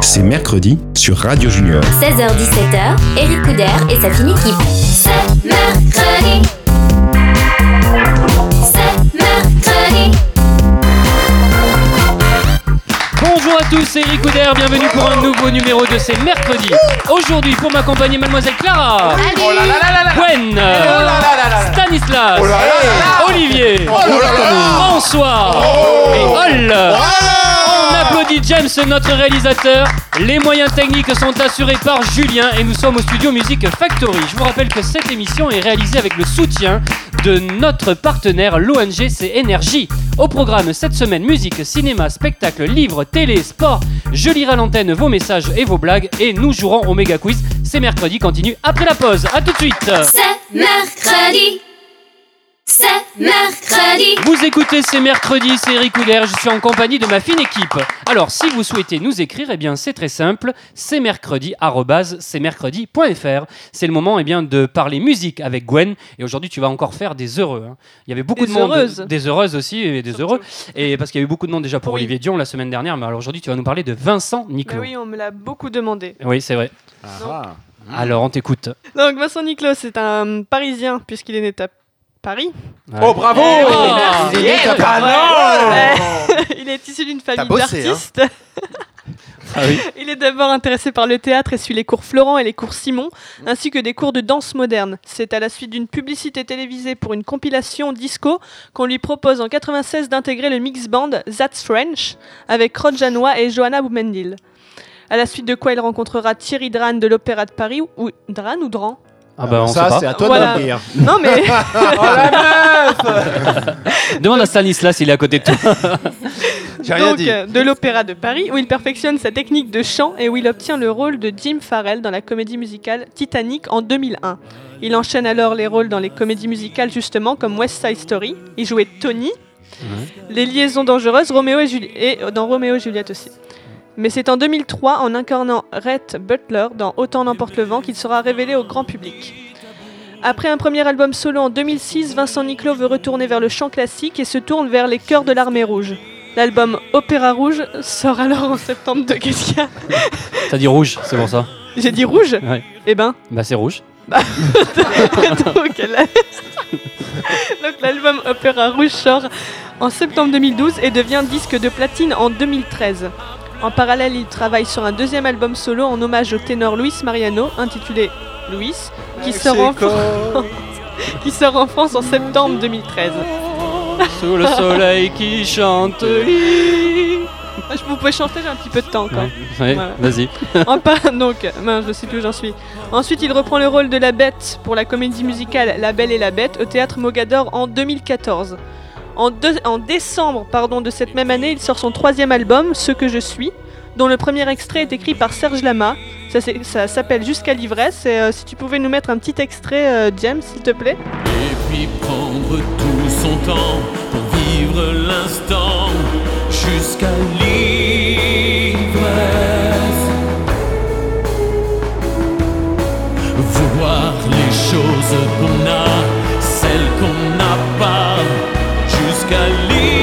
c'est mercredi sur Radio Junior. 16h-17h, Eric Couder et sa fine équipe. C'est mercredi. C'est mercredi. Bonjour à tous, c'est Eric Couder, bienvenue pour un nouveau numéro de ces mercredis. Aujourd'hui, pour m'accompagner, mademoiselle Clara, Oh là là là là Oh là Gwen, Oh Stanislas, Olivier, Oh François et Ol. Oh Oh. On applaudit James, notre réalisateur. Les moyens techniques sont assurés par Julien et nous sommes au studio Music Factory. Je vous rappelle que cette émission est réalisée avec le soutien de notre partenaire, l'ONG C'est Énergie. Au programme cette semaine, musique, cinéma, spectacle, livre, télé, sport. Je lirai à l'antenne vos messages et vos blagues et nous jouerons au méga quiz. C'est mercredi, continue après la pause. A tout de suite. C'est mercredi. C'est mercredi. Vous écoutez, c'est mercredi, c'est Eric Couder, je suis en compagnie de ma fine équipe. Alors, si vous souhaitez nous écrire, eh bien, c'est très simple, c'est mercredi, arrobase, c'est mercredi.fr. C'est le moment, eh bien, de parler musique avec Gwen, et aujourd'hui, tu vas encore faire des heureux. hein. Il y avait beaucoup Des de monde, heureuses. des heureuses aussi, et des heureux, et parce qu'il y a eu beaucoup de monde déjà pour Oui. Olivier Dion la semaine dernière, mais alors aujourd'hui, tu vas nous parler de Vincent Bah Niclot. oui, on me l'a beaucoup demandé. Oui, c'est vrai. Ah. Ah. Alors, on t'écoute. Oh, Donc Vincent Niclot, c'est un Parisien, puisqu'il est né à Paris. Oh bravo Ah, Il est yes. pas Ah Eh. non Il est issu d'une famille bossé, hein. d'artistes. Ah oui. Il est d'abord intéressé par le théâtre et suit les cours Florent et les cours Simon, ainsi que des cours de danse moderne. C'est à la suite d'une publicité télévisée pour une compilation disco qu'on lui propose en 96 d'intégrer le mix band That's French avec Rod Janois et Johanna Boumendil. À la suite de quoi il rencontrera Thierry Dran de l'Opéra de Paris, ou Dran ou Dran Ah bah, on sait Ça pas. c'est hein. à toi Voilà. de le dire. Non mais Oh la meuf Demande à Stanislas s'il est à côté de toi. J'ai rien Donc, dit. euh, de l'Opéra de Paris, où il perfectionne sa technique de chant et où il obtient le rôle de Jim Farrell dans la comédie musicale Titanic en 2001. Il enchaîne alors les rôles dans les comédies musicales justement comme West Side Story. Il jouait Tony, Les Liaisons Dangereuses, Roméo et, Juli- et euh, dans Roméo et Juliette aussi. Mais c'est en 2003, en incarnant Rhett Butler dans Autant n'emporte le vent, qu'il sera révélé au grand public. Après un premier album solo en 2006, Vincent Niclot veut retourner vers le chant classique et se tourne vers les chœurs de l'armée rouge. L'album Opéra Rouge sort alors en septembre de qu'est-ce qu'il y a T'as dit rouge, c'est pour ça. J'ai dit rouge Ouais. Eh ben. Bah, c'est rouge. donc elle a- donc l'album Opéra Rouge sort en septembre 2012 et devient disque de platine en 2013. En parallèle, il travaille sur un deuxième album solo en hommage au ténor Luis Mariano intitulé Luis, qui sort en, qui sort en France en septembre 2013. Sous le soleil qui chante. Je vous pouvez chanter, j'ai un petit peu de temps encore. Ouais, ouais, Voilà. vas-y. En par- donc, mince, je sais plus où j'en suis. Ensuite, il reprend le rôle de la bête pour la comédie musicale La Belle et la Bête au théâtre Mogador en 2014. En, deux- en décembre pardon, de cette même année, il sort son troisième album, Ce que je suis, dont le premier extrait est écrit par Serge Lama. Ça, c'est- ça s'appelle Jusqu'à l'ivresse. Et euh, si tu pouvais nous mettre un petit extrait, euh, James, s'il te plaît. Et puis prendre tout son temps pour vivre l'instant jusqu'à l'ivresse. Vouloir les choses qu'on a, celles qu'on n'a pas, jusqu'à l'ivresse.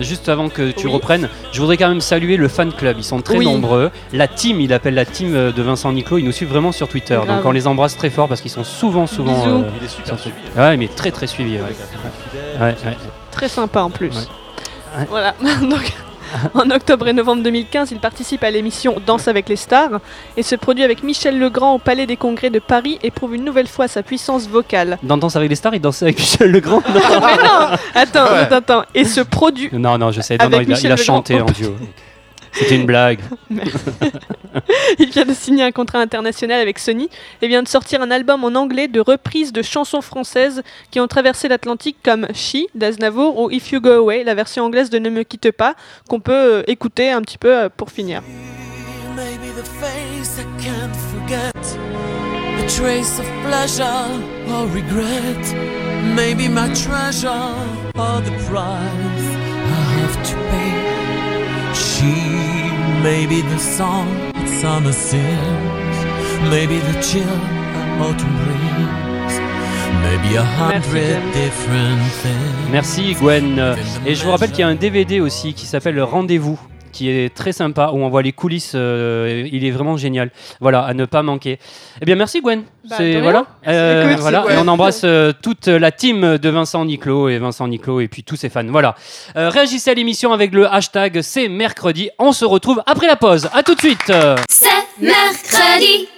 Juste avant que tu Oui. reprennes, je voudrais quand même saluer le fan club. Ils sont très Oui. nombreux. La team, il appelle la team euh, de Vincent Niclot. Ils nous suivent vraiment sur Twitter. Grave. Donc on les embrasse très fort parce qu'ils sont souvent, souvent. euh, Bisous. il est super suivi. Ouais, mais très, très suivi. ouais. Ouais, ouais. Très sympa en plus. Ouais. Voilà. Donc, en octobre et novembre 2015, il participe à l'émission Danse avec les stars et se produit avec Michel Legrand au Palais des Congrès de Paris et prouve une nouvelle fois sa puissance vocale. Dans Danse avec les stars, il dansait avec Michel Legrand. Non, Mais non Attends, attends, attends. Et se produit. non, non, je sais. Non, Avec non, il a, Michel il a Legrand. chanté en duo. C'était une blague. Il vient de signer un contrat international avec Sony et vient de sortir un album en anglais de reprises de chansons françaises qui ont traversé l'Atlantique comme She d'Aznavour ou If You Go Away, la version anglaise de Ne me quitte pas, qu'on peut euh, écouter un petit peu euh, pour finir. Maybe the face I can't forget. A trace of pleasure or regret. Maybe my treasure or the price I have to pay. She may be the song that summer sings. Maybe the chill that autumn brings. Maybe a hundred James. different things. Merci Gwen. Et je vous rappelle qu'il y a un DVD aussi qui s'appelle Rendez-vous qui est très sympa, où on voit les coulisses. euh, il est vraiment génial. Voilà, à ne pas manquer. Eh bien, merci Gwen. Bah, C'est- de rien. voilà. Euh, Écoute, voilà. c'est Et Gwen. on embrasse euh, toute la team de Vincent Niclot et Vincent Niclot et puis tous ses fans. Voilà. Euh, réagissez à l'émission avec le hashtag C'est mercredi. On se retrouve après la pause. À tout de suite. C'est mercredi.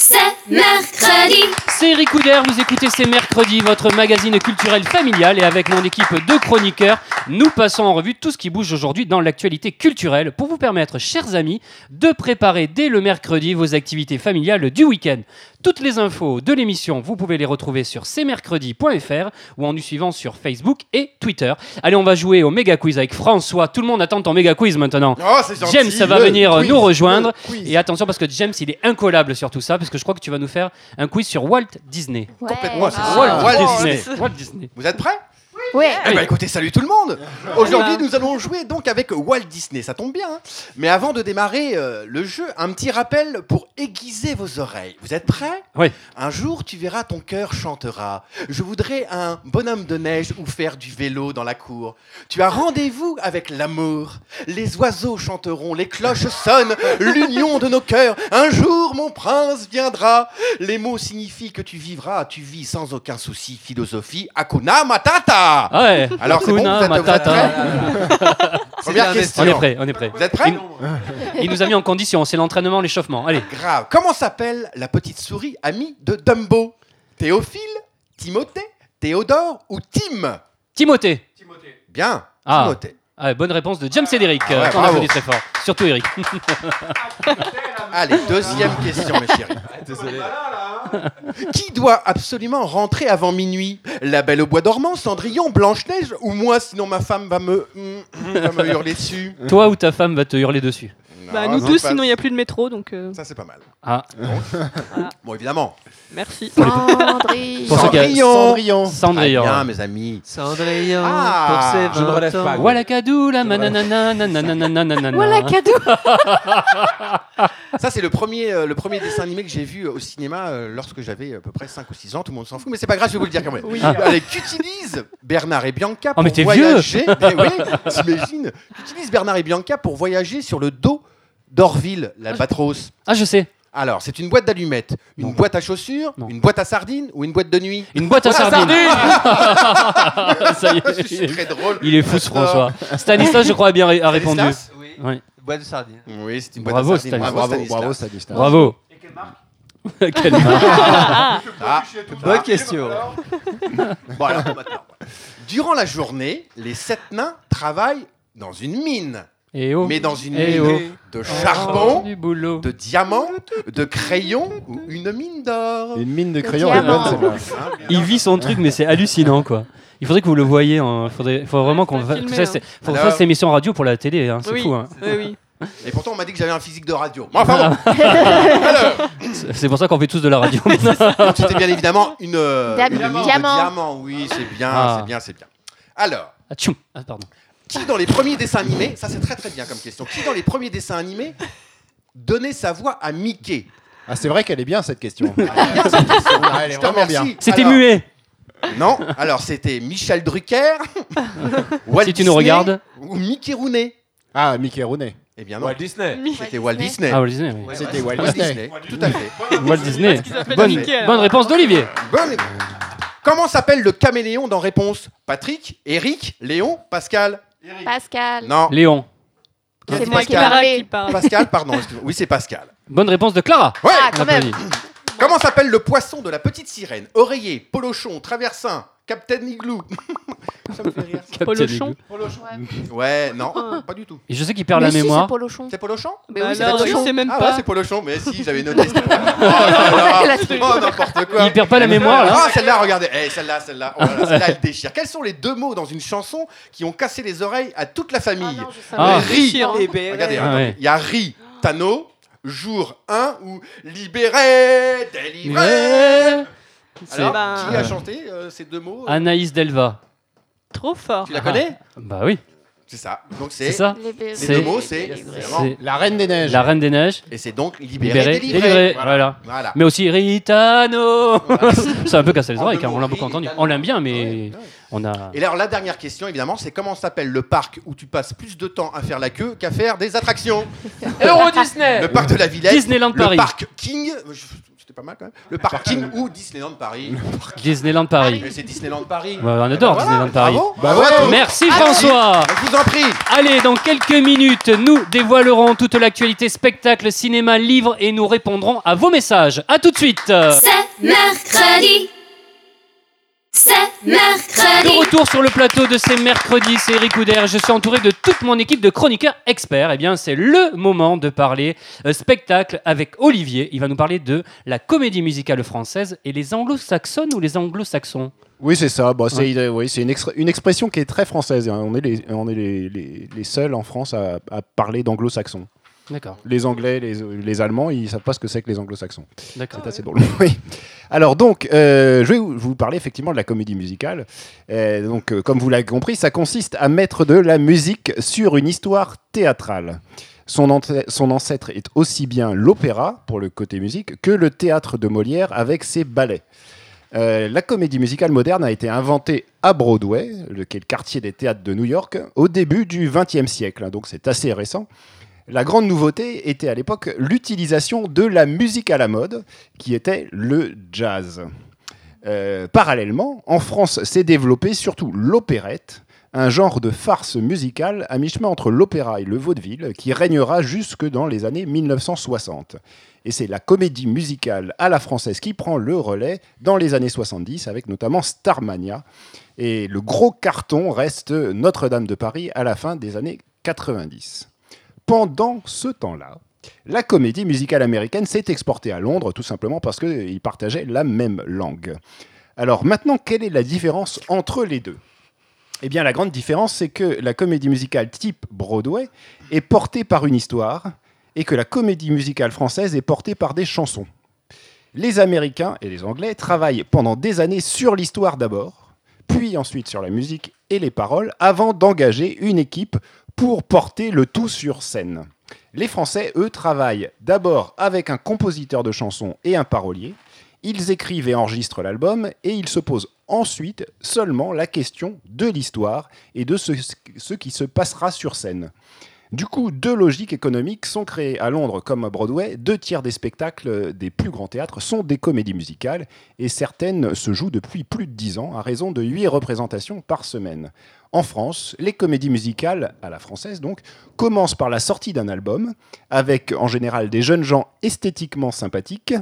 C'est mercredi. C'est Ricoudère, vous écoutez C'est Mercredi, votre magazine culturel familial et avec mon équipe de chroniqueurs, nous passons en revue tout ce qui bouge aujourd'hui dans l'actualité culturelle pour vous permettre, chers amis, de préparer dès le mercredi vos activités familiales du week-end. Toutes les infos de l'émission, vous pouvez les retrouver sur cmercredi.fr ou en nous suivant sur Facebook et Twitter. Allez, on va jouer au méga quiz avec François. Tout le monde attend ton méga quiz maintenant. Oh, c'est gentil. James ça va Le venir euh, quiz, nous rejoindre. le quiz. Et attention parce que James, il est incollable sur tout ça, parce que je crois que tu vas nous faire un quiz sur Walt Disney. Complètement, c'est Ah. ça. Walt, Walt Disney. Disney. Walt Disney. Vous êtes prêts Ouais. Eh ben, écoutez, salut tout le monde Aujourd'hui, nous allons jouer donc avec Walt Disney, ça tombe bien. hein. Mais avant de démarrer euh, le jeu, un petit rappel pour aiguiser vos oreilles. Vous êtes prêts Oui. Un jour, tu verras ton cœur chantera. Je voudrais un bonhomme de neige ou faire du vélo dans la cour. Tu as rendez-vous avec l'amour. Les oiseaux chanteront, les cloches sonnent, l'union de nos cœurs. Un jour, mon prince viendra. Les mots signifient que tu vivras, tu vis sans aucun souci. Philosophie, Hakuna Matata. Ah ouais. Alors, c'est bon, Hakuna vous êtes- vous êtes Matata. Ah, Première un question. On est prêt, on est prêt. Vous êtes prêts Il nous a mis en condition, c'est l'entraînement, l'échauffement. Allez. Grave. Comment s'appelle la petite souris amie de Dumbo Théophile Timothée Théodore ou Tim Timothée. Bien, Ah. Timothée. Ah, bonne réponse de James et d'Eric. Ah ouais, Euh, qu'on bravo. applaudit très fort. Surtout Eric. Allez, deuxième question, mes chéris. Qui doit absolument rentrer avant minuit La Belle au Bois dormant, Cendrillon, Blanche-Neige ou moi, sinon ma femme va me, va me hurler dessus Toi ou ta femme va te hurler dessus. Bah, Non, nous c'est tous, pas- sinon il n'y a plus de métro, donc euh, Ça, c'est pas mal. Ah, Bon, évidemment. merci. Pour ceux qui- Cendrillon. Cendrillon. Très bien, mes amis. Cendrillon, Ah, pour ses je ne relève 20 ans. pas. Walakadou, la mananana, nananana, nananana. Ça, c'est le premier, euh, le premier dessin animé que j'ai vu euh, au cinéma euh, lorsque j'avais à peu près 5 ou 6 ans. Tout le monde s'en fout, mais c'est pas grave, je vais vous le dire quand même. Ah. Oui. Allez, qu'utilisent Bernard et Bianca Oh, pour mais t'es voyager Mais oui, t'imagines Qu'utilisent Bernard et Bianca pour voyager sur le dos d'Orville, l'albatros Ah, je sais. Alors, c'est une boîte d'allumettes, une boîte à chaussures, Non. une boîte à sardines ou une boîte de nuit Une boîte à sardines. Ça y Je est, il suis est très drôle. Il est fou ce François. Stanislas, je crois, a bien ré- a répondu. Stanislas Ouais. Bois de sardine. Oui, c'est une boîte Bravo, à sardines. Stanislas. Bravo, bravo, Stanislas. Stanislas. Bravo. Et quelle marque Ah, Bonne question. Bon, alors, maintenant. Durant la journée, les sept nains travaillent dans une mine. Et oh. mais dans une Eh mine de charbon, du boulot. de diamants, de crayons ou une mine d'or. Une mine de crayon, diamant. elle est bonne, celle-là. Hein, bien. Il vit son truc, mais c'est hallucinant, quoi. Il faudrait que vous le voyiez. Il faudrait, faut vraiment qu'on c'est va- filmé, ça, hein. c'est- faut Alors- faire cette émission radio pour la télé. hein, C'est oui. fou. hein. oui, oui. Et pourtant, on m'a dit que j'avais un physique de radio. Mais enfin bon, C'est c'est pour ça qu'on fait tous de la radio. maintenant. donc c'était bien évidemment une. euh, Dam- une mine de diamant. diamant, oui, c'est bien, Ah. c'est bien, c'est bien. Alors, Ah, tchoum. Ah, pardon. qui dans les premiers dessins animés, ça c'est très très bien comme question, qui dans les premiers dessins animés donnait sa voix à Mickey Ah, c'est vrai qu'elle est bien cette question. Ah, elle est Je te vraiment bien. remercie. C'était Alors, muet. Non, alors c'était Michel Drucker, Walt Si tu Disney nous regardes. ou Mickey Rooney. Ah, Mickey Rooney. Eh bien non, Walt Disney. c'était Walt Disney. Ah, Walt Disney. oui. C'était Walt Walt Disney. Disney, tout à fait. Walt Disney. qu'ils appellent Bonne, Mickey, alors. bonne réponse d'Olivier. Bonne- Comment s'appelle le caméléon dans réponse Patrick, Eric, Léon, Pascal Pascal. Non. Léon. C'est Pascal. moi qui Clara parle. qui parle. Ah, Pascal, pardon, excuse-moi. Oui, c'est Pascal. Bonne réponse de Clara. Ouais. Ah, quand On même. applaudit. Comment s'appelle le poisson de la petite sirène Oreiller, Polochon, Traversin, Captain Igloo. ça me fait rire. Captain Polochon. Igloo. Ouais, non, pas du tout. Et je sais qu'il perd Mais la si, mémoire. c'est Polochon. C'est Polochon Mais Bah oui, c'est alors, Polochon. je sais même Ah ouais, pas. c'est Polochon, mais si, j'avais noté. c'était- Oh, là là. Oh, n'importe quoi. Il perd pas la mémoire Oh là. Ah, celle-là, regardez. Eh, celle-là, celle-là. Oh là là, celle-là, elle déchire. Quels sont les deux mots dans une chanson qui ont cassé les oreilles à toute la famille Ah. Ri. Déchirant. Regardez, Ah attends, ouais. il y a Ri, Tano, jour 1 ou libéré, délivré. Ouais. C'est Alors, Ben, qui a euh, chanté euh, ces deux mots euh, Anaïs Delva. Trop fort. Tu la connais Bah oui, C'est ça. Donc c'est c'est ça. les C'est- deux mots, c'est vraiment- C'est La Reine des Neiges. la Reine des Neiges. et c'est donc libéré, Libérée, délivré. délivrée. Voilà. Voilà. Voilà. Mais aussi Ritano Voilà. C'est un peu cassé les oreilles, car deux on l'a mots, beaucoup entendu. Ah, Ritano. On l'aime bien, mais Ouais, ouais. On a. Et alors, la dernière question, évidemment, c'est comment s'appelle le parc où tu passes plus de temps à faire la queue qu'à faire des attractions Euro Disney. Le parc de la Villette. Disneyland le Paris. parc King. je- C'était pas mal quand même. Le parc King ou Disneyland Paris. Disneyland Paris. Mais c'est Disneyland Paris. Ouais, on adore Voilà, Disneyland Paris. bravo. Bah Bravo à ouais. tous. Merci Allez. François. Je vous en prie. Allez, dans quelques minutes, nous dévoilerons toute l'actualité spectacle, cinéma, livre et nous répondrons à vos messages. À tout de suite. C'est mercredi. C'est De mercredi. retour sur le plateau de ces mercredis, c'est Eric Couder. Je suis entouré de toute mon équipe de chroniqueurs experts. Eh bien, c'est le moment de parler euh, spectacle avec Olivier. Il va nous parler de la comédie musicale française et les anglo-saxonnes ou les anglo-saxons Oui, c'est ça. Bah, c'est euh, oui, c'est une, extra- une expression qui est très française. hein. On est les, on est les, les- les seuls en France à, à parler d'anglo-saxon. D'accord, Les Anglais, les, les Allemands, ils savent pas ce que c'est que les anglo-saxons. d'accord. C'est assez drôle. Oui. Alors donc, euh, je vais vous- vous parler effectivement de la comédie musicale. Euh, donc, euh, comme vous l'avez compris, ça consiste à mettre de la musique sur une histoire théâtrale. Son, ante- son ancêtre est aussi bien l'opéra, pour le côté musique, que le théâtre de Molière avec ses ballets. Euh, la comédie musicale moderne a été inventée à Broadway, le, qui est le quartier des théâtres de New York, au début du XXe siècle, hein, donc c'est assez récent. La grande nouveauté était à l'époque l'utilisation de la musique à la mode, qui était le jazz. Euh, parallèlement, en France s'est développé surtout l'opérette, un genre de farce musicale à mi-chemin entre l'opéra et le vaudeville, qui régnera jusque dans les années 1960. Et c'est la comédie musicale à la française qui prend le relais dans les années 70, avec notamment Starmania. Et le gros carton reste Notre-Dame de Paris à la fin des années 90. Pendant ce temps-là, la comédie musicale américaine s'est exportée à Londres tout simplement parce qu'ils partageaient la même langue. Alors maintenant, quelle est la différence entre les deux Eh bien, la grande différence, c'est que la comédie musicale type Broadway est portée par une histoire et que la comédie musicale française est portée par des chansons. Les Américains et les Anglais travaillent pendant des années sur l'histoire d'abord, puis ensuite sur la musique et les paroles, avant d'engager une équipe pour porter le tout sur scène. Les Français, eux, travaillent d'abord avec un compositeur de chansons et un parolier. Ils écrivent et enregistrent l'album et ils se posent ensuite seulement la question de l'histoire et de ce, ce qui se passera sur scène. Du coup, deux logiques économiques sont créées à Londres comme à Broadway. Deux tiers des spectacles des plus grands théâtres sont des comédies musicales et certaines se jouent depuis plus de dix ans à raison de huit représentations par semaine. En France, les comédies musicales, à la française donc, commencent par la sortie d'un album, avec en général des jeunes gens esthétiquement sympathiques,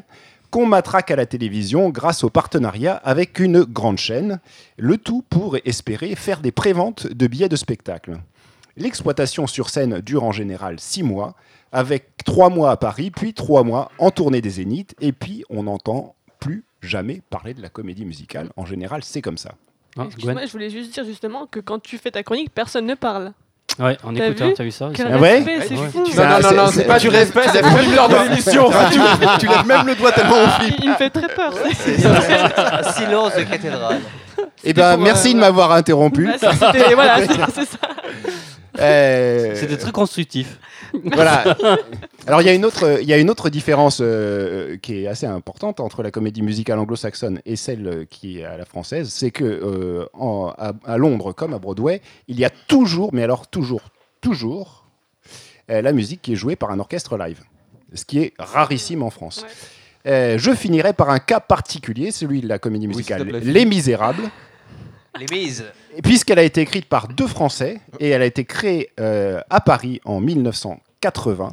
qu'on matraque à la télévision grâce au partenariat avec une grande chaîne, le tout pour espérer faire des préventes de billets de spectacle. L'exploitation sur scène dure en général six mois, avec trois mois à Paris, puis trois mois en tournée des Zéniths, et puis on n'entend plus jamais parler de la comédie musicale. En général, c'est comme ça. Hein, Gwen Excuse-moi, je voulais juste dire justement que quand tu fais ta chronique, personne ne parle. Ouais, en T'as écouteur, vu t'as vu ça Quel Ah ouais respect, c'est Ah, Ouais. fou. Tu Non, vas- non, non, c'est- non, c'est- c'est pas du respect, c'est la première heure de l'émission. tu, tu lèves même le doigt tellement on flippe. Ah, Il me fait très peur. ça. Silence de cathédrale. Eh ben, pour, merci euh, de m'avoir interrompu. Ah, ça, c'était- voilà, c'est- c'est ça. Euh, C'était très constructif. Voilà. Alors il y a une autre, il y a une autre différence euh, qui est assez importante entre la comédie musicale anglo-saxonne et celle euh, qui est à la française, c'est que euh, en- à, à Londres comme à Broadway, il y a toujours, mais alors toujours, toujours, euh, la musique qui est jouée par un orchestre live, ce qui est rarissime en France. Euh, je finirai par un cas particulier, celui de la comédie musicale s'il te plaît. Les Misérables. Les mises. Et Puisqu'elle a été écrite par deux Français et elle a été créée euh, à Paris en 1980.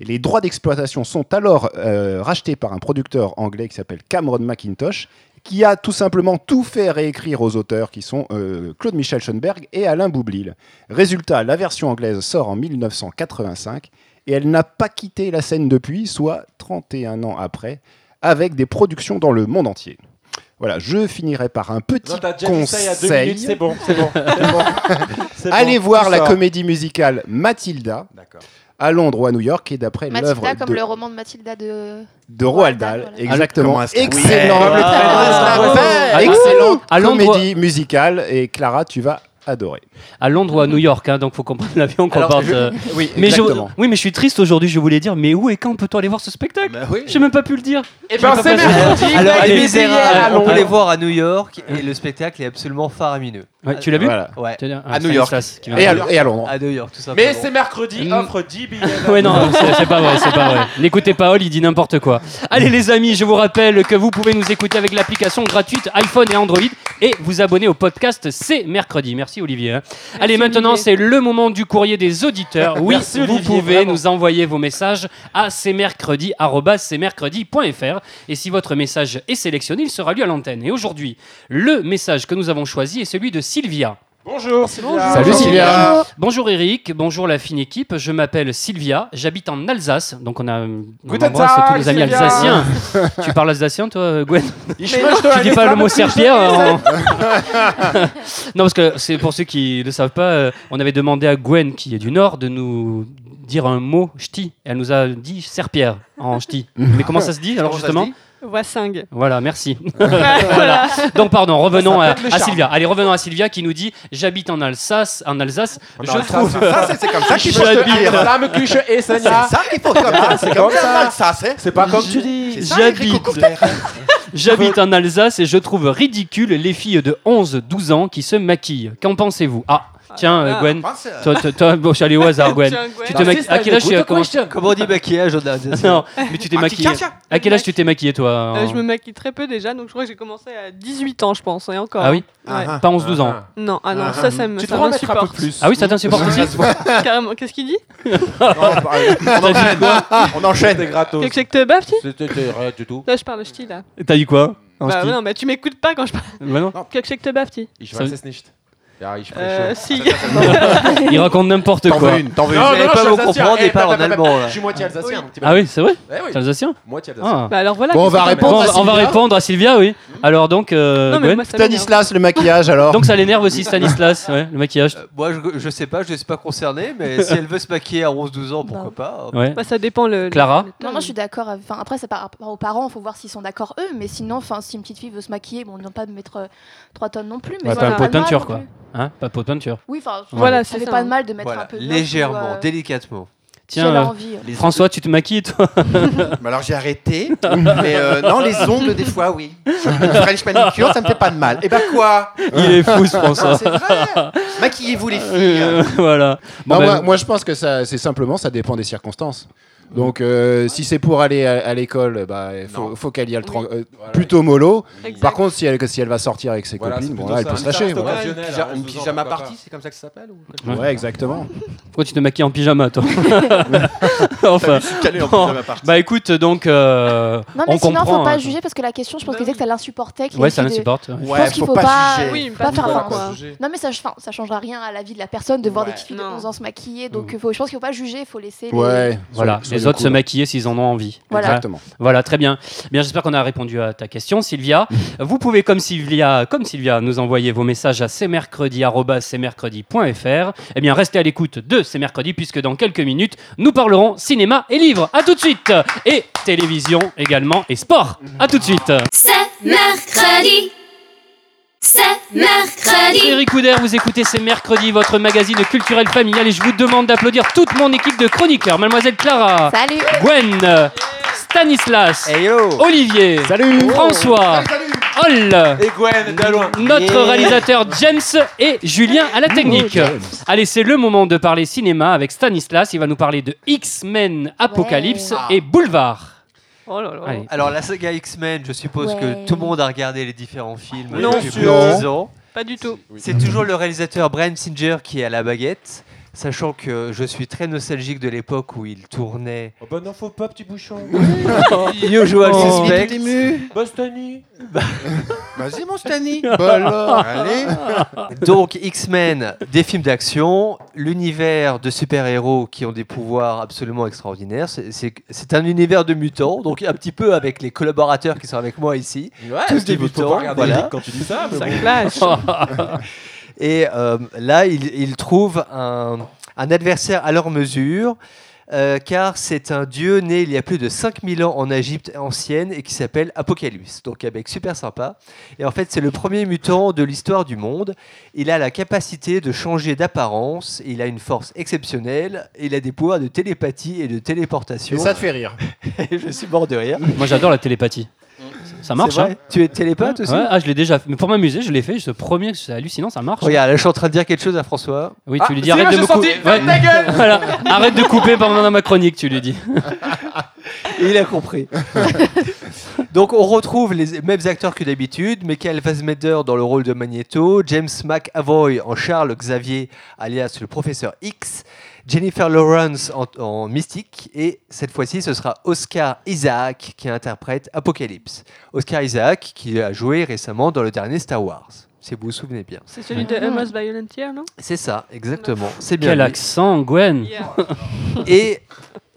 Et les droits d'exploitation sont alors euh, rachetés par un producteur anglais qui s'appelle Cameron McIntosh, qui a tout simplement tout fait réécrire aux auteurs qui sont euh, Claude Michel Schoenberg et Alain Boublil. Résultat, la version anglaise sort en 1985 et elle n'a pas quitté la scène depuis, soit 31 ans après, avec des productions dans le monde entier. Voilà, je finirai par un petit Non, t'as déjà dit ça il y a deux conseil. minutes, c'est bon, c'est bon. c'est bon. C'est bon, Allez tout voir la sort. comédie musicale Mathilda D'accord. à Londres ou à New York et d'après l'œuvre Mathilda, comme de, le roman de Mathilda de. de Roald Dahl. Roald Dahl, voilà. Exactement. Ah, oui, Excellent. comme le prénom Ah, de Star Wars. ouais. Ah, Excellente à Londres. comédie musicale. Et Clara, tu vas adoré. À Londres ou à New York, hein, donc faut qu'on prenne l'avion, qu'on Alors, parte. je- euh, oui, mais je, exactement. oui, mais je suis triste aujourd'hui, je voulais dire, mais où et quand peut-on aller voir ce spectacle J'ai même pas pu le dire. Et Bah ben, c'est mercredi, Alors, mec, les les billets Ah, à Misérables, on Londres. peut les voir à New York et le spectacle est absolument faramineux. Ouais, tu l'as vu Voilà. Ouais. Tiens, ah, Stanislas qui vient de- À New York, tout ça. Mais c'est Mm. mercredi, offre 10 billets. Ouais, non, c'est c'est pas vrai, c'est pas vrai. N'écoutez pas Hall, il dit n'importe quoi. Allez, les amis, je vous rappelle que vous pouvez nous écouter avec l'application gratuite iPhone et Android et vous abonner au podcast C'est mercredi. Merci, Olivier. hein. Allez, maintenant, c'est le moment du courrier des auditeurs. Oui, Merci, vous Olivier, pouvez vraiment. nous envoyer vos messages à cmercredi.fr et si votre message est sélectionné, il sera lu à l'antenne. Et aujourd'hui, le message que nous avons choisi est celui de Sylvia. Bonjour, Sylvia. Bonjour Eric, bonjour la fine équipe. Je m'appelle Sylvia, j'habite en Alsace, donc on a on Guten embrasse Tag, tous nos amis Sylvia. alsaciens. tu parles alsacien toi, Gwen Ich möchte Tu dis eine pas le Fahne mot plus serpillère Jaune. en- Non parce que c'est pour ceux qui ne savent pas, euh, on avait demandé à Gwen qui est du Nord de nous dire un mot ch'ti. Elle nous a dit serpillère en ch'ti. Mais comment ça se dit alors Comment ça se justement dit Voisingue. voilà, merci. Voilà. Donc pardon, revenons Ça à, pète le à charme. Sylvia. Allez, revenons à Sylvia qui nous dit j'habite en Alsace, en Alsace. En je Alsace, trouve ça, c'est- c'est comme ça qu'il faut se J'habite- le dire. Ça me cuche et C'est ça qu'il faut comme ça, Ah, c'est comme ça, ça c'est. C'est pas comme tu dis. C'est ça, les J'habite. J'habite en Alsace et je trouve ridicule les filles de 11-12 ans qui se maquillent. Qu'en pensez-vous Ah, tiens euh, Ah, Gwen. pense, euh. Toi, toi- toi, bon, je suis allé au hasard Gwen. Tiens, Gwen. Euh, Ah, Tu te maquilles à quel âge tu as comment- Comment on dit maquillage en Alsace Non, mais tu t'es Ah, maquillée. tiens, tiens. À quel âge tu t'es maquillée toi Euh, en- je me maquille très peu déjà, donc je crois que j'ai commencé à 18 ans, je pense, et encore. Ah oui Ouais. Pas 11-12 ans. Non, ah non, ça, ça me Tu ça te rends mettre un peu m'insupporte. plus. Ah oui, ça t'insupporte aussi Carrément, qu'est-ce qu'il dit On enchaîne. On C'était enchaîne. gratos. Quelque chose que te baffe, tu C'était rien du tout. Là, je parle ch'ti, là. T'as dit quoi En Bah ski non, mais tu m'écoutes pas quand je parle. Bah non. Quelque chose que te baffe, tu Ich Ça- weiß es nicht. Äh, Ja, ich Euh, spreche. si. Il raconte n'importe T'en quoi. veux une, t'en veux Vous une. Eh, allez pas vous comprendre et Eh, parle en allemand. bah, Je là. suis moitié alsacien. un petit peu. Ah oui, c'est vrai Eh oui, T'es alsacien moitié alsacien. Ah. Bah alors voilà. Bon, on qu'est-ce va que t'as- répondre Bon, à on va Sylvia. répondre à Sylvia, oui. Alors donc, euh, Non, mais Gwen moi, ça m'énerve. Stanislas, le maquillage alors Donc ça l'énerve aussi Stanislas, ouais, le maquillage. Euh, Moi, je, je sais pas, je ne suis pas concerné, mais si elle veut se maquiller à 11-12 ans, pourquoi pas hein. Ouais. Bah, ça dépend le. Clara Non, moi je suis d'accord. avec- Enfin, après, c'est par rapport aux parents, faut voir s'ils sont d'accord eux. Mais sinon, enfin, si une petite fille veut se maquiller, bon, ils n'ont pas de mettre euh, trois tonnes non plus. Mais Ouais, c'est pas un pas pot de de mal peinture, non quoi. plus. Hein pas de pot de peinture. Oui, enfin, Voilà, voilà, c'est ça fait ça, pas hein. de mal de mettre un Voilà, peu. de neuf ou, légèrement, euh, si délicatement. Tiens, elle a euh, envie. Les- François, tu te maquilles, toi Mais alors j'ai arrêté, mais euh, non, les ongles des fois, oui. Une French manicure, ça me fait pas de mal. Et bah quoi Il est fou, ce Non, François. C'est vrai Maquillez-vous les Euh, filles voilà. Bon, Non, ben, moi, moi, je pense que ça, c'est simplement, ça dépend des circonstances. Donc, euh, si c'est pour aller à, à l'école, bah, faut, faut qu'elle y aille le tran- euh, plutôt mollo. Exact. Par contre, si elle, que si elle va sortir avec ses Voilà, copines, c'est bon, plutôt là, elle ça. peut se lâcher. Plutôt voilà. ça. Une pyja- Une pyjama party, c'est comme ça que ça s'appelle ou quelque chose Ouais. Ouais, exactement. Pourquoi tu te maquilles en pyjama, toi Enfin. Je suis calé en bon, pyjama party. Bah écoute, donc. euh, Non, on mais sinon, comprend, faut pas hein. juger parce que la question, je pense Bah que disait que ça l'insupportait. que les Ouais, ça filles de- l'insupporte. ouais. Ouais, pense qu'il faut faut pas pas- juger. Oui, Pas faire voilà, d'enfant. quoi. Non, mais ça, enfin, ça changera rien à la vie de la personne de voir Ouais. des petites filles de Non. 11 ans se maquiller. Donc, Mm. euh, faut, je pense qu'il faut pas juger, il faut laisser. les- Ouais. Voilà, soyons- les soyons autres hein. se cool. maquiller s'ils en ont envie. Voilà. Exactement. Voilà, très bien. Bien, j'espère qu'on a répondu à ta question, Sylvia. Vous pouvez, comme Sylvia, comme Sylvia, nous envoyer vos messages à cmercredi.fr. Eh bien, restez à l'écoute de C'est mercredi, puisque dans quelques minutes, nous parlerons cinéma et livres. À tout de suite. Et télévision également et sport. À tout de suite. C'est mercredi. C'est mercredi. Eric Couder, vous écoutez C'est mercredi, votre magazine culturel familial, et je vous demande d'applaudir toute mon équipe de chroniqueurs. Mademoiselle Clara, Salut! Gwen, Stanislas, Eh Hey yo Olivier, Eh. Salut. François, Ol. Et Gwen, de loin. Notre Yeah. réalisateur James et Julien à la technique. Allez, c'est le moment de parler cinéma avec Stanislas. Il va nous parler de X-Men Apocalypse Ouais. et Boulevard. Oh là là. Allez. Alors, la saga X-Men, je suppose Ouais. que tout le monde a regardé les différents films Non, depuis plus sûr. de 10 ans. Pas du tout. C'est toujours le réalisateur Brian Singer qui est à la baguette. Sachant que je suis très nostalgique de l'époque où il tournait Oh bah non, faut pas, petit bouchon. Usual Oh. Suspect. Bostony. Vas-y, mon Stani Allez Donc X-Men, des films d'action, l'univers de super-héros qui ont des pouvoirs absolument extraordinaires. C'est- C'est c'est un univers de mutants, donc un petit peu avec les collaborateurs qui sont avec moi ici. Ouais, Tous parce qu'il faut débutants, pas regarder voilà. Eric quand tu dis ça. mais Ça bon. clash. Et euh, là, ils il trouvent un, un adversaire à leur mesure. euh, car c'est un dieu né il y a plus de 5000 ans en Égypte ancienne et qui s'appelle Apocalypse. Donc un mec super sympa. Et en fait, c'est le premier mutant de l'histoire du monde. Il a la capacité de changer d'apparence, il a une force exceptionnelle, il a des pouvoirs de télépathie et de téléportation. Et ça te fait rire. Je suis mort de rire. Moi, j'adore la télépathie. Ça marche, C'est vrai hein Tu es télépathe aussi Ouais, Ah, je l'ai déjà fait. Mais pour m'amuser, je l'ai fait. Ce premier, c'est hallucinant, ça marche. Regarde, là, je suis en train de dire quelque chose à François. Oui, Ah, tu lui dis c'est arrête là, de j'ai me senti, couper. ferme ta gueule Voilà. Arrête de couper pendant ma chronique, tu lui dis. Et il a compris. Donc on retrouve les mêmes acteurs que d'habitude, Michael Fassbender dans le rôle de Magneto, James McAvoy en Charles Xavier alias le professeur X, Jennifer Lawrence en, en Mystique et cette fois-ci ce sera Oscar Isaac qui interprète Apocalypse. Oscar Isaac qui a joué récemment dans le dernier Star Wars, si vous vous souvenez bien. C'est celui de Amos Violent Year, non C'est ça, exactement. C'est bien. Quel lui. accent, Gwen Et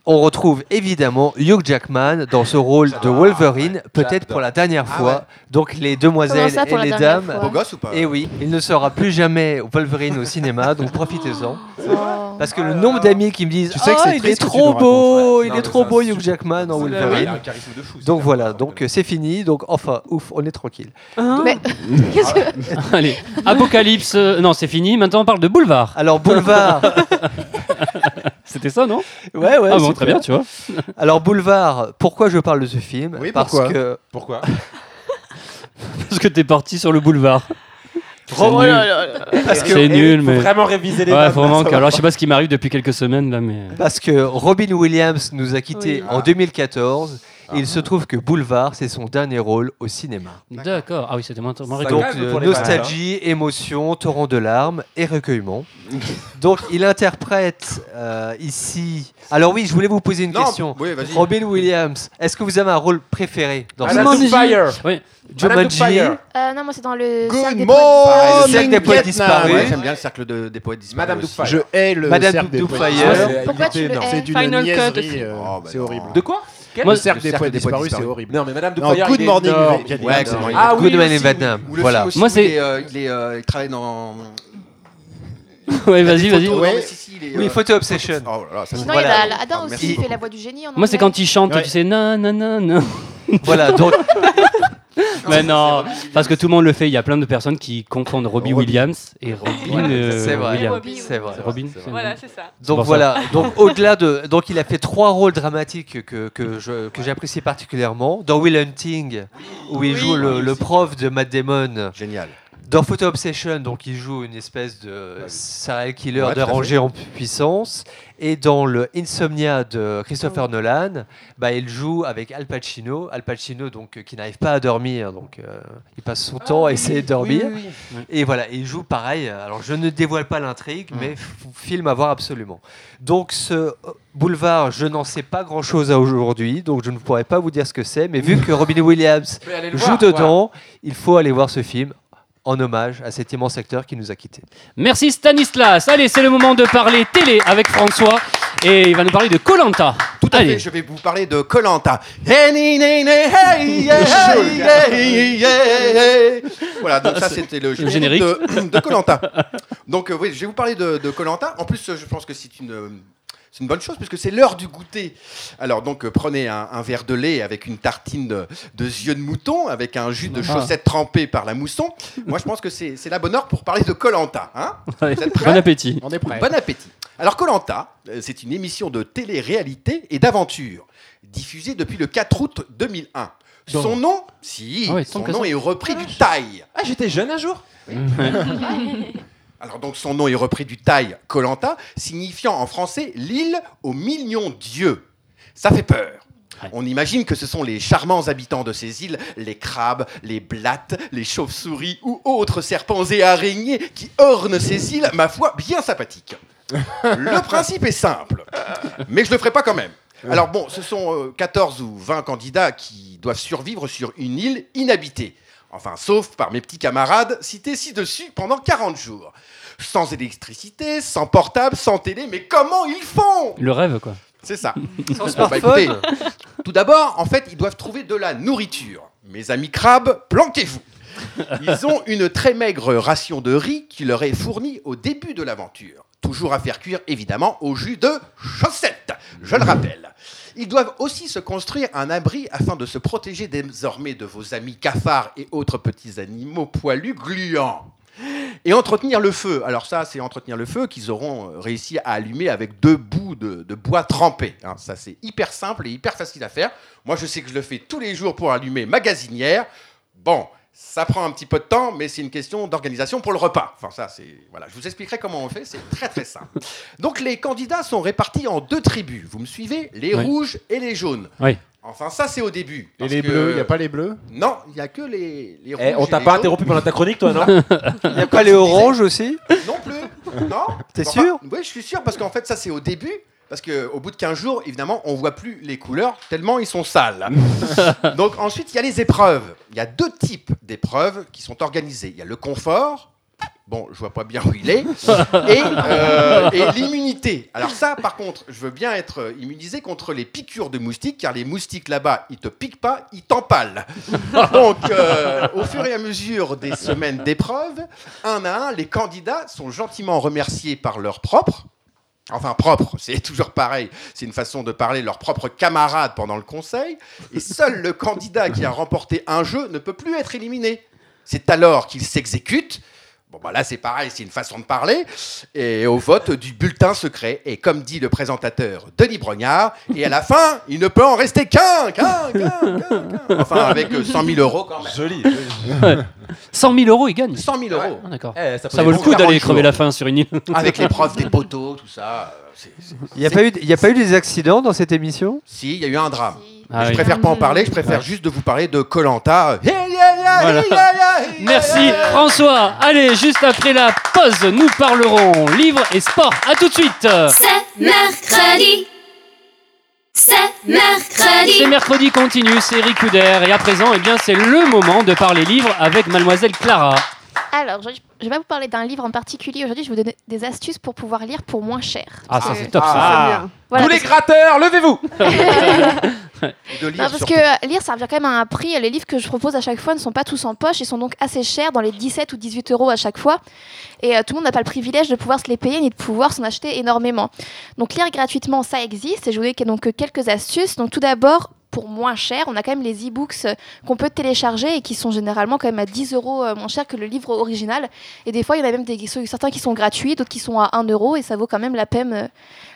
on retrouve évidemment Hugh Jackman dans ce rôle de Wolverine, peut-être pour la dernière Ah fois. Donc les demoiselles Comment ça, pour et la les dernière dames. fois Beau gosse ou pas Et oui, il ne sera plus jamais Wolverine au cinéma, donc profitez-en. Oh. Parce que le nombre d'amis qui me disent Tu sais que Ah, c'est il est triste que tu trop nous beau, racontes. il Non, est mais trop c'est beau un Hugh Jackman en Ouais, Wolverine. il a un charisme de fou, donc voilà, donc euh, c'est fini. Donc enfin, ouf, on est tranquille. Mais- Qu'est-ce que- Allez, Apocalypse. euh, non, c'est fini. Maintenant, on parle de Boulevard. Alors, Boulevard. C'était ça, non Ouais, ouais. Ah bon, super. très bien, tu vois. Alors, Boulevard, pourquoi je parle de ce film Oui, euh, Parce pourquoi que. Pourquoi Parce que t'es parti sur le boulevard. C'est Oh nul. là là là là. Parce que- C'est eh, nul, faut mais. vraiment réviser les Ouais, dates, faut là, vraiment ça que- va Alors, pas. je sais pas ce qui m'arrive depuis quelques semaines, là, mais. Parce que Robin Williams nous a quittés en 2014. Et il se trouve que Boulevard, c'est son dernier rôle au cinéma. D'accord. Ah oui, c'était moins. moins rigolo. Donc, euh, nostalgie, émotion, torrent de larmes et recueillement. Donc, il interprète euh, ici. Alors, oui, je voulais vous poser une Non, question. oui, vas-y. Robin Williams, est-ce que vous avez un rôle préféré dans Madame cette- Doubtfire. Oui. Jumanji. Euh, non, moi c'est dans le. Good cercle des morning, poètes. Pareil, Oh, le cercle des poètes disparus. Ouais, J'aime bien le cercle de- des poètes disparus. Madame aussi. Doubtfire. Je hais le Madame cercle des Doubtfire. Oh, bah poètes disparus. Pourquoi tu le hais Eh, C'est d'une Final Cut niaiserie, aussi. euh, c'est horrible. De quoi Quel- Le Moi, cercle des poètes disparus, c'est disparus. horrible. Non, mais Madame Non, Doubtfire, Good il est Morning énorme. Vietnam. Ouais, Good Morning Ah oui, Good Morning aussi, Vietnam. Ou le Voilà. film aussi Moi, où c'est- il, est, euh, il, est, euh, il travaille dans. Ouais, Il y a vas-y, des vas-y. photos, non, mais si, si, il est, Oui, euh, Photo Obsession. Oh là là, ça, c'est- Sinon, Voilà. il y a Adam Ah, aussi merci qui fait beaucoup. la voix du génie. En Moi, c'est anglais. quand il chante, Ouais. tu sais, non, non, non, non. Voilà, donc. Mais non, parce que tout le monde le fait. Il y a plein de personnes qui confondent Robbie Williams et Robin. Ouais, euh, c'est vrai, Williams. c'est vrai. Robin, Voilà, c'est ça. Donc pour ça. voilà, donc au-delà de, donc il a fait trois rôles dramatiques que, que je- que j'apprécie particulièrement. Dans Will Hunting, où il joue le, le prof de Matt Damon. Génial. Dans Photo Obsession, donc il joue une espèce de serial killer Ouais, tout à dérangé fait. en puissance. Et dans le Insomnia de Christopher Nolan, bah il joue avec Al Pacino, Al Pacino donc euh, qui n'arrive pas à dormir, donc euh, il passe son temps Oh, à essayer de dormir. oui, oui, oui. Et voilà, il joue pareil. Alors, je ne dévoile pas l'intrigue, mais f- film à voir absolument. Donc, ce euh, boulevard, je n'en sais pas grand-chose à aujourd'hui, donc je ne pourrais pas vous dire ce que c'est. Mais vu que Robin Williams Mais allez le joue voir, dedans, il faut aller voir ce film en hommage à cet immense acteur qui nous a quittés. Merci Stanislas. Allez, c'est le moment de parler télé avec François. Et il va nous parler de Colanta. Tout à fait, je vais vous parler de Colanta. Voilà, donc ça c'était le Le générique. de Colanta. donc euh, oui, je vais vous parler de Colanta. en plus, euh, je pense que c'est une euh, c'est une bonne chose puisque c'est l'heure du goûter. Alors donc euh, prenez un, un verre de lait avec une tartine de, de yeux de mouton, avec un jus de Ah. chaussettes trempées par la mousson. Moi, je pense que c'est c'est la bonne heure pour parler de Colanta. Hein Ouais. Vous êtes Bon prêts appétit. On est prêts. Bon appétit. Alors, Colanta, euh, c'est une émission de télé-réalité et d'aventure, diffusée depuis le 4 août 2001. Son Donc. nom, si, Ah ouais, tant son que nom ça. est repris du Thaï. Ah, j'étais jeune un jour Alors donc son nom est repris du Thaï Colanta, signifiant en français l'île aux millions d'yeux. Ça fait peur. On imagine que ce sont les charmants habitants de ces îles, les crabes, les blattes, les chauves-souris ou autres serpents et araignées qui ornent ces îles, ma foi, bien sympathiques. Le principe est simple, mais je le ferai pas quand même. Alors bon, ce sont euh, 14 ou 20 candidats qui doivent survivre sur une île inhabitée. Enfin, sauf par mes petits camarades cités ci-dessus pendant 40 jours. Sans électricité, sans portable, sans télé, mais comment ils font Le rêve, quoi. c'est ça. Sans Bon, smartphone. tout d'abord, en fait, ils doivent trouver de la nourriture. Mes amis crabes, planquez-vous. Ils ont une très maigre ration de riz qui leur est fournie au début de l'aventure. Toujours à faire cuire, évidemment, au jus de chaussette. je le rappelle. Ils doivent aussi se construire un abri afin de se protéger désormais de vos amis cafards et autres petits animaux poilus gluants. Et entretenir le feu. Alors ça, c'est entretenir le feu qu'ils auront euh, réussi à allumer avec deux bouts de, de bois trempés. hein. Ça, c'est hyper simple et hyper facile à faire. Moi, je sais que je le fais tous les jours pour allumer ma gazinière. Bon, ça prend un petit peu de temps, mais c'est une question d'organisation pour le repas. Enfin, ça, c'est voilà. Je vous expliquerai comment on fait. C'est très très simple. Donc, les candidats sont répartis en deux tribus. Vous me suivez Les Oui. rouges et les jaunes. Oui. Enfin, ça, c'est au début. Et parce les que- bleus, il n'y a pas les bleus Non, il n'y a que les, les rouges. Eh, on et t'a les pas jaunes. interrompu pendant ta chronique, toi, non Il n'y a pas les oranges aussi Non plus. Non. T'es Enfin, sûr Oui, je suis sûr parce qu'en fait, ça, c'est au début. Parce qu'au bout de 15 jours, évidemment, on voit plus les couleurs tellement ils sont sales. Donc ensuite, il y a les épreuves. Il y a deux types d'épreuves qui sont organisées. Il y a le confort. Bon, je vois pas bien où il est. Et, euh, et l'immunité. Alors ça, par contre, je veux bien être euh, immunisé contre les piqûres de moustiques, car les moustiques là-bas, ils te piquent pas, ils t'empalent. Donc, euh, au fur et à mesure des semaines d'épreuves, un à un, les candidats sont gentiment remerciés par leurs propres. Enfin, propres, c'est toujours pareil. C'est une façon de parler leurs propres camarades pendant le conseil. Et seul le candidat qui a remporté un jeu ne peut plus être éliminé. C'est alors qu'il s'exécute. Bon, bah là, c'est pareil, c'est une façon de parler. Et au vote du bulletin secret. Et comme dit le présentateur Denis Brognard, et à la fin, il ne peut en rester qu'un, qu'un, qu'un, qu'un, qu'un. Enfin, avec euh, 100 000 euros quand même. Joli. 100 000 euros, il gagne. 100 000 euros. Ah, D'accord. Eh, ça peut vaut le être coup 40 d'aller jours. crever la faim sur une île. Avec l'épreuve des poteaux, tout ça. euh, c'est- c'est- Il n'y a, pas eu- y a pas eu des accidents dans cette émission Si, il y a eu un drame. Ah Mais je oui. préfère pas en parler, je préfère juste de vous parler de Colanta. Eh, Voilà. Merci François. Allez, juste après la pause, nous parlerons livres et sport. À tout de suite. C'est mercredi. C'est mercredi. C'est mercredi continue, c'est Ricoudère. Et à présent, eh bien, c'est le moment de parler livres avec Mademoiselle Clara. Alors, aujourd'hui, je vais pas vous parler d'un livre en particulier. Aujourd'hui, je vais vous donner des astuces pour pouvoir lire pour moins cher. Ah, ça, Parce c'est que- top, ça. Ah. Voilà, Tous les parce que- gratteurs, levez-vous De Non, parce que euh, lire, ça revient quand même à un prix. Les livres que je propose à chaque fois ne sont pas tous en poche. Ils sont donc assez chers, dans les 17 ou 18 euros à chaque fois. Et euh, tout le monde n'a pas le privilège de pouvoir se les payer ni de pouvoir s'en acheter énormément. Donc lire gratuitement, ça existe. Et je vous donne donc euh, quelques astuces. Donc tout d'abord, pour moins cher, on a quand même les e-books euh, qu'on peut télécharger et qui sont généralement quand même à 10 euros euh, moins cher que le livre original. Et des fois, il y en a même des, ceux- certains qui sont gratuits, d'autres qui sont à 1 euro. Et ça vaut quand même la peine, euh,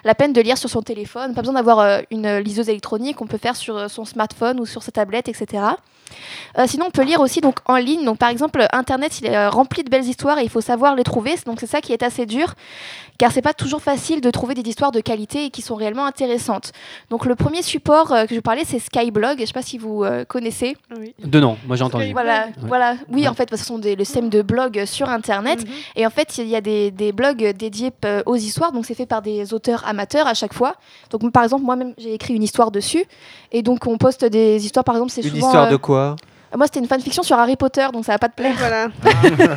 la peine de lire sur son téléphone. Pas besoin d'avoir euh, une euh, liseuse électronique. On peut faire sur euh, son smartphone ou sur sa tablette, etc. Euh, sinon, on peut lire aussi donc en ligne. Donc, par exemple, euh, Internet, il est euh, rempli de belles histoires et il faut savoir les trouver. Donc, c'est ça qui est assez dur, car c'est pas toujours facile de trouver des histoires de qualité et qui sont réellement intéressantes. Donc, le premier support euh, que je vous parlais, c'est Skyblog. Je sais pas si vous euh, connaissez. De nom, moi j'ai entendu. Voilà, Ouais. voilà. Oui, en fait, parce que ce sont des, le système de blogs sur Internet. Mhm. Et en fait, il y a des, des blogs dédiés euh, aux histoires. Donc, c'est fait par des auteurs amateurs à chaque fois. Donc, par exemple, moi-même, j'ai écrit une histoire dessus. Et donc, on poste des histoires. Par exemple, c'est Une souvent. histoire euh, de quoi Moi, c'était une fanfiction sur Harry Potter, donc ça va pas te plaire.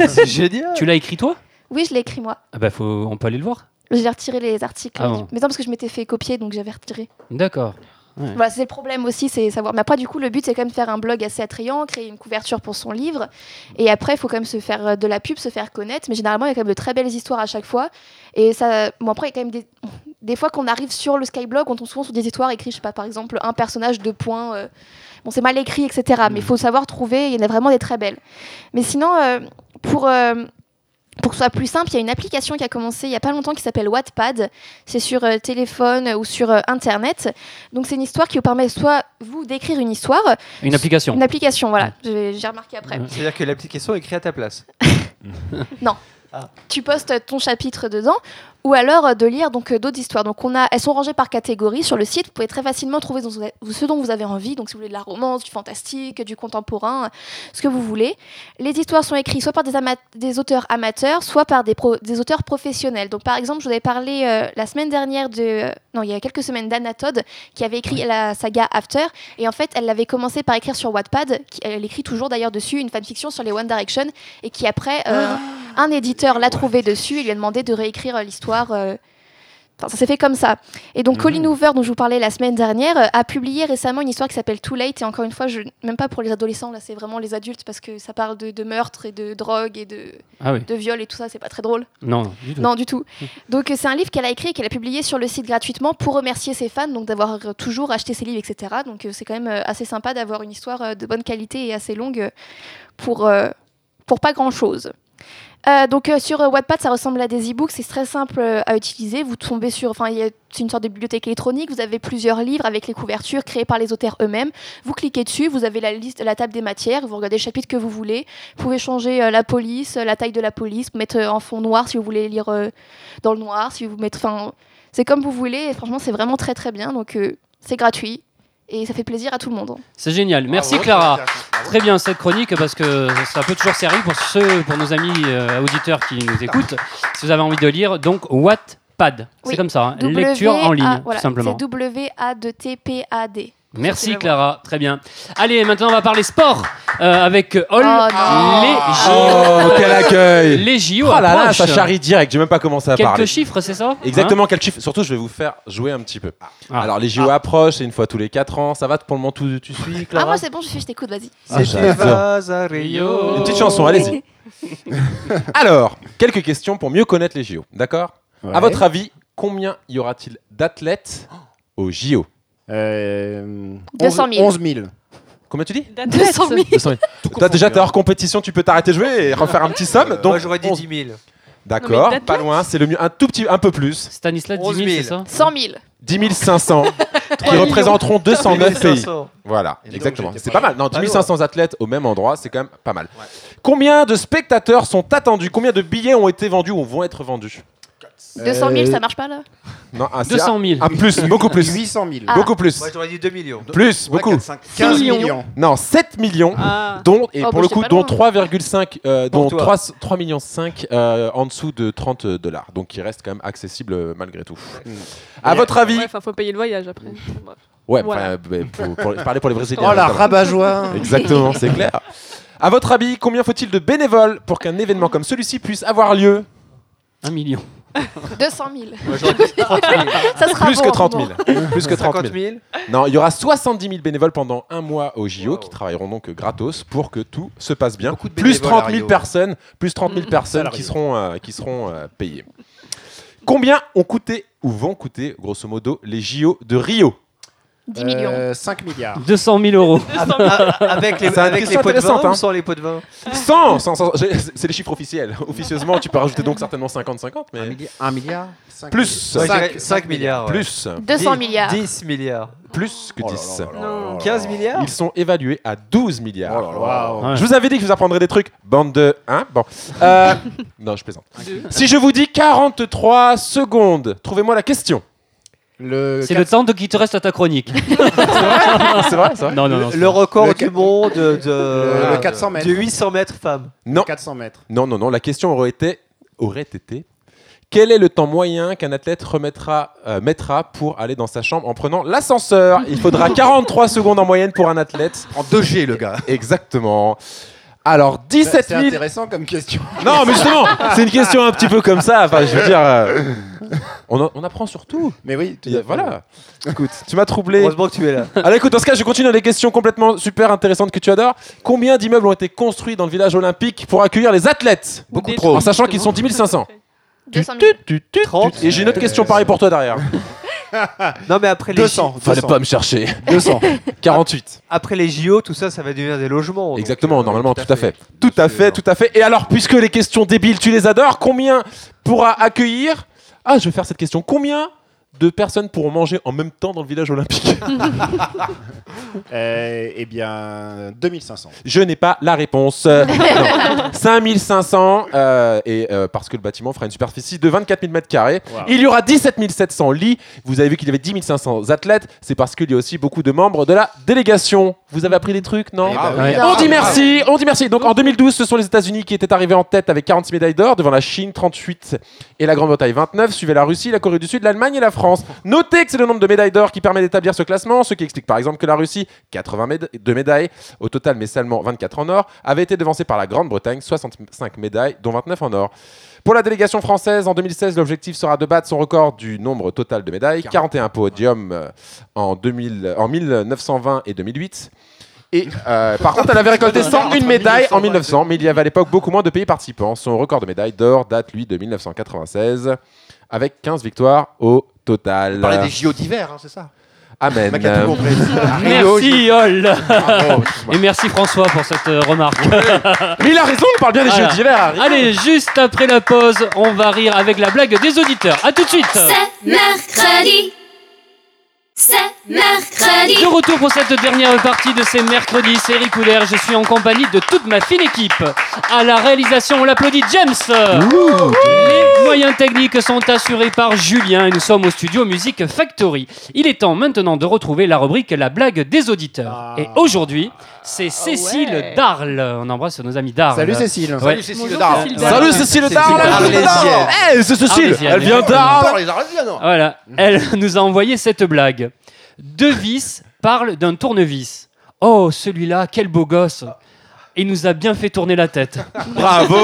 C'est génial Tu l'as écrit toi Oui, je l'ai écrit moi. Ah bah faut, on peut aller le voir. J'ai retiré les articles. Ah bon. Mais non, parce que je m'étais fait copier, donc j'avais retiré. D'accord. Ouais. Voilà, c'est le problème aussi, c'est savoir. Mais après, du coup, le but, c'est quand même de faire un blog assez attrayant, créer une couverture pour son livre. Et après, il faut quand même se faire euh, de la pub, se faire connaître. Mais généralement, il y a quand même de très belles histoires à chaque fois. Et ça. Bon, après, il y a quand même des. Des fois qu'on arrive sur le Skyblog, on tombe souvent sur des histoires écrites, je sais pas, par exemple, un personnage, deux points. euh, Bon, c'est mal écrit, etc. Mais il faut savoir trouver, il y en a vraiment des très belles. Mais sinon, euh, pour. euh, pour que ce soit plus simple, il y a une application qui a commencé il n'y a pas longtemps qui s'appelle Wattpad. C'est sur euh, téléphone euh, ou sur euh, Internet. Donc c'est une histoire qui vous permet soit vous d'écrire une histoire. Une application. Une application, voilà. J'ai j'ai remarqué après. C'est-à-dire que l'application est créée à ta place. Ah. Non. Tu postes ton chapitre dedans ou alors euh, de lire donc euh, d'autres histoires. Donc on a, elles sont rangées par catégorie sur le site. Vous pouvez très facilement trouver dont vous avez- ce dont vous avez envie. Donc si vous voulez de la romance, du fantastique, du contemporain, euh, ce que vous voulez. Les histoires sont écrites soit par des, ama- des auteurs amateurs, soit par des, pro- des auteurs professionnels. Donc par exemple, je vous avais parlé euh, la semaine dernière de, euh, non il y a quelques semaines d'Anna Todd qui avait écrit la saga After. Et en fait, elle l'avait commencé par écrire sur Wattpad. qui- elle écrit toujours d'ailleurs dessus une fanfiction sur les One Direction et qui après euh, un éditeur l'a trouvée dessus et lui a demandé de réécrire euh, l'histoire. euh, Enfin, ça s'est fait comme ça. Et donc, Colin Hoover, dont je vous parlais la semaine dernière, euh, a publié récemment une histoire qui s'appelle Too Late. Et encore une fois, je, même pas pour les adolescents, là, c'est vraiment les adultes parce que ça parle de, de meurtre et de drogue et de, Ah oui. de viol et tout ça. C'est pas très drôle. Non, du tout. Hum. Non, du tout. Donc, euh, c'est un livre qu'elle a écrit et qu'elle a publié sur le site gratuitement pour remercier ses fans donc d'avoir euh, toujours acheté ses livres, etc. Donc, euh, c'est quand même euh, assez sympa d'avoir une histoire euh, de bonne qualité et assez longue euh, pour, euh, pour pas grand chose. Euh, donc euh, sur euh, Wattpad, ça ressemble à des e-books, c'est très simple euh, à utiliser. Vous tombez sur, enfin, il y a- c'est une sorte de bibliothèque électronique. Vous avez plusieurs livres avec les couvertures créées par les auteurs eux-mêmes. Vous cliquez dessus, vous avez la liste, la table des matières. Vous regardez le chapitre que vous voulez. Vous pouvez changer euh, la police, euh, la taille de la police, mettre euh, en fond noir si vous voulez lire euh, dans le noir, si vous mettez, enfin, c'est comme vous voulez. Et franchement, c'est vraiment très très bien. Donc euh, c'est gratuit et ça fait plaisir à tout le monde. hein. C'est Ah, génial. Merci Clara. Très bien cette chronique parce que c'est un peu toujours sérieux pour ceux, pour nos amis euh, auditeurs qui nous écoutent. Si vous avez envie de lire, donc Wattpad, c'est Oui. comme ça, hein. W lecture en A- ligne, voilà, tout simplement. C'est W A D T P A D. Merci Clara, très bien. Allez, maintenant on va parler sport euh, avec euh, Ol, Ah, non. les JO. Oh, quel accueil Les JO Oh là là, approchent. ça charrie direct, j'ai même pas commencé à Quelques parler. chiffres, c'est ça Exactement, quel chiffre Surtout, je vais vous faire jouer un petit peu. Alors, les JO approchent, c'est une fois tous les 4 ans. Ça va pour le moment, tu, tu suis, Ah Clara moi c'est bon, je suis, je t'écoute, vas-y. Ah, j'adore. Rio. Une petite chanson, allez-y. Alors, quelques questions pour mieux connaître les JO, d'accord Ouais. À votre avis, combien y aura-t-il d'athlètes aux JO Euh, 200 000. 11 000. Combien tu dis 200 000. 200 000. Toi, déjà, t'es hors compétition, tu peux t'arrêter de jouer et refaire un petit somme. Donc, hein. Moi, j'aurais dit 11 10 000. D'accord, d'athlètes pas loin, c'est le mieux, un tout petit, un peu plus. Stanislas, 10 000, c'est Ah, ça 100 000. 10 500 qui millions. représenteront 209 pays. 500. Voilà, Et donc, exactement. j'étais C'est pas pas mal. Non, loin. 10 500 athlètes au même endroit, c'est quand même pas mal. Combien de spectateurs sont attendus Combien de billets ont été vendus ou vont être vendus Euh, 200 000, ça marche pas là Non, un, c'est 200 000. Un, un plus, beaucoup plus. 800 000. Ah. Beaucoup plus. Moi, j'aurais dit 2 millions. Plus, beaucoup. 15 millions. millions. Non, 7 millions, Ah. dont, et Oh, bah, pour le c'est coup, pas dont loin. 3,5 euh, Pour dont toi. 3, 3 millions 5 euh, en dessous de 30 dollars. Donc, il reste quand même accessible euh, malgré tout. À votre avis Ouais, enfin, faut payer le voyage après. Bref. Ouais, Voilà. bah, bah, pour, pour- parler pour les Brésiliens. Oh la notamment. rabat-joie. Exactement, c'est clair. À votre avis, combien faut-il de bénévoles pour qu'un événement comme celui-ci puisse avoir lieu 1 million. 200 000. Moi, j'aurais dit 30 000. Ça sera Plus bon, que 30 bon. 000. Plus que 30 50 000. 000. Non, il y aura 70 000 bénévoles pendant un mois au JO qui travailleront donc euh, gratos pour que tout se passe bien. Beaucoup de Plus bénévoles à 30 000 Rio. personnes, plus 30 000 personnes qui Salariés. seront, euh, qui seront euh, payées. Combien ont coûté ou vont coûter, grosso modo, les JO de Rio 10 Euh, millions. 5 Ah. milliards. 200 000 euros. Avec les, C'est une avec les question pots de vin intéressante, hein. ou sans les pots de vin 100, 100, 100 j'ai- C'est les chiffres officiels. Officieusement, tu peux rajouter donc certainement 50-50, mais milliard plus. Moi, je Cinq- dirais 5 milliards. ouais. plus. 200 Dix- milliards. 10 milliards. plus que 10. 15 milliards Ils sont évalués à 12 Oh milliards. Waouh. Ouais. Je vous avais dit que je vous apprendrais des trucs. Bande de. Hein Bon. Euh, non, je plaisante. Si je vous dis 43 secondes, trouvez-moi la question. Le C'est le temps de qui te reste à ta chronique. Ah, C'est vrai, c'est vrai non, non, non. Le record Le du ca- monde de, Euh, le 400 mètres. de 800 mètres femmes. Non, 400 mètres. non, non, non. La question aurait été. Aurait été quel est le temps moyen qu'un athlète remettra, euh, mettra pour aller dans sa chambre en prenant l'ascenseur Il faudra 43 secondes en moyenne pour un athlète. En 2G, le gars. Exactement. Alors, 17 C'est 000 intéressant comme question. Non, mais justement, c'est une question un petit peu comme ça. Enfin, je veux dire, euh, on, en- on apprend surtout. Mais oui, tout à fait. Voilà. Écoute, tu m'as troublé. Heureusement que tu es là. Alors écoute, dans ce cas, je continue dans des questions complètement super intéressantes que tu adores. Combien d'immeubles ont été construits dans le village olympique pour accueillir les athlètes Ou des En trucs, sachant qu'ils sont justement. 10 500. 200 000. Tu, tu, tu, 30. Et j'ai une autre question pareille pour toi derrière. Non, mais après les, 200. Fallait 200. pas me chercher. 200. 48. J- après les JO, tout ça, ça va devenir des logements. donc, Exactement, euh, normalement, tout à fait. Tout à fait, tout à fait. Et alors, puisque les questions débiles, tu les adores, combien pourra accueillir Ah, je vais faire cette question. Combien de personnes pourront manger en même temps dans le village olympique Euh, eh bien, 2500. Je n'ai pas la réponse. Euh, non. 5500, euh, et euh, parce que le bâtiment fera une superficie de 24 000 mètres carrés. Wow. Il y aura 17 700 lits. Vous avez vu qu'il y avait 10 500 athlètes. C'est parce qu'il y a aussi beaucoup de membres de la délégation. Vous avez appris des trucs, non Eh ben oui. Ouais. On dit merci, on dit merci. Donc en 2012, ce sont les États-Unis qui étaient arrivés en tête avec 46 médailles d'or, devant la Chine 38 et la Grande-Bretagne 29, suivait la Russie, la Corée du Sud, l'Allemagne et la France. Notez que c'est le nombre de médailles d'or qui permet d'établir ce classement, ce qui explique par exemple que la Russie Russie, 82 médailles au total, mais seulement 24 en or, avait été devancée par la Grande-Bretagne, 65 médailles, dont 29 en or. Pour la délégation française, en 2016, l'objectif sera de battre son record du nombre total de médailles, 41 podiums euh, en, 2000, en 1920 et 2008. Et euh, par contre, elle avait récolté 101 médailles en 1900, mais il y avait à l'époque beaucoup moins de pays participants. Son record de médailles d'or date, lui, de 1996, avec 15 victoires au total. parlait des JO d'hiver, hein, c'est ça Amen. Mac a tout compris. À Rio, Merci, je- Ol. Bravo, Et merci, François, pour cette euh, remarque. Mais il a raison, on parle bien des Voilà. Jeux d'hiver. à Rio. Allez, juste après la pause, on va rire avec la blague des auditeurs. À tout de suite. C'est mercredi. C'est mercredi. De retour pour cette dernière partie de ces mercredis série couleur. Je suis en compagnie de toute ma fine équipe. À la réalisation, on l'applaudit James. Les moyens techniques sont assurés par Julien et nous sommes au studio Music Factory. Il est temps maintenant de retrouver la rubrique La blague des auditeurs. Et aujourd'hui, c'est Cécile Darle. On embrasse nos amis Darle. Salut Cécile. Ouais. Salut Cécile Bonjour, Darle. Cécile Darle. Salut Cécile Darle, Cécile Darle. Eh, c'est Cécile, Ah, Arlésienne, elle vient exactement. d'Arles. Parle les Arlésiens, non Voilà, elle nous a envoyé cette blague. Deux vis parlent d'un tournevis. Oh, celui-là, quel beau gosse. Il nous a bien fait tourner la tête. Bravo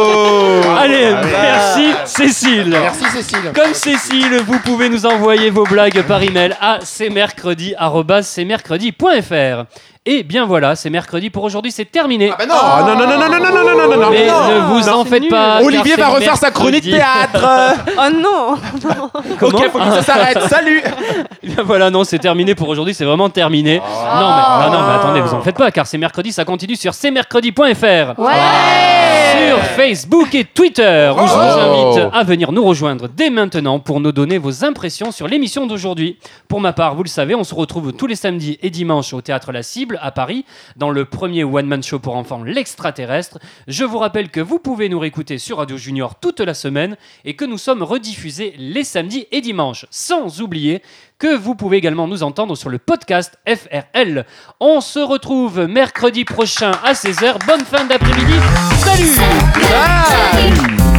Allez, merci Cécile. Merci Cécile. Comme Cécile, vous pouvez nous envoyer vos blagues par email à cmercredi.fr. Et bien voilà, c'est mercredi pour aujourd'hui, c'est terminé. Ah bah non Ah non, non, non, non, non, non, non, non, non, non, Mais non. ne vous en c'est faites nul. pas. car Olivier c'est va refaire sa chronique mercredi. théâtre Oh non Ok, faut que ça s'arrête, salut Bien voilà, non, c'est terminé pour aujourd'hui, c'est vraiment terminé. Ah. Non, mais, ah non, non, mais attendez, vous en faites pas, car c'est mercredi, ça continue sur cmercredi.fr. Sur Facebook et Twitter, où je Oh. vous invite à venir nous rejoindre dès maintenant pour nous donner vos impressions sur l'émission d'aujourd'hui. Pour ma part, vous le savez, on se retrouve tous les samedis et dimanches au Théâtre La Cible à Paris, dans le premier one-man show pour enfants, L'Extraterrestre. Je vous rappelle que vous pouvez nous réécouter sur Radio Junior toute la semaine et que nous sommes rediffusés les samedis et dimanches. Sans oublier que vous pouvez également nous entendre sur le podcast FRL. On se retrouve mercredi prochain à 16h. Bonne fin d'après-midi. Salut C'est mercredi.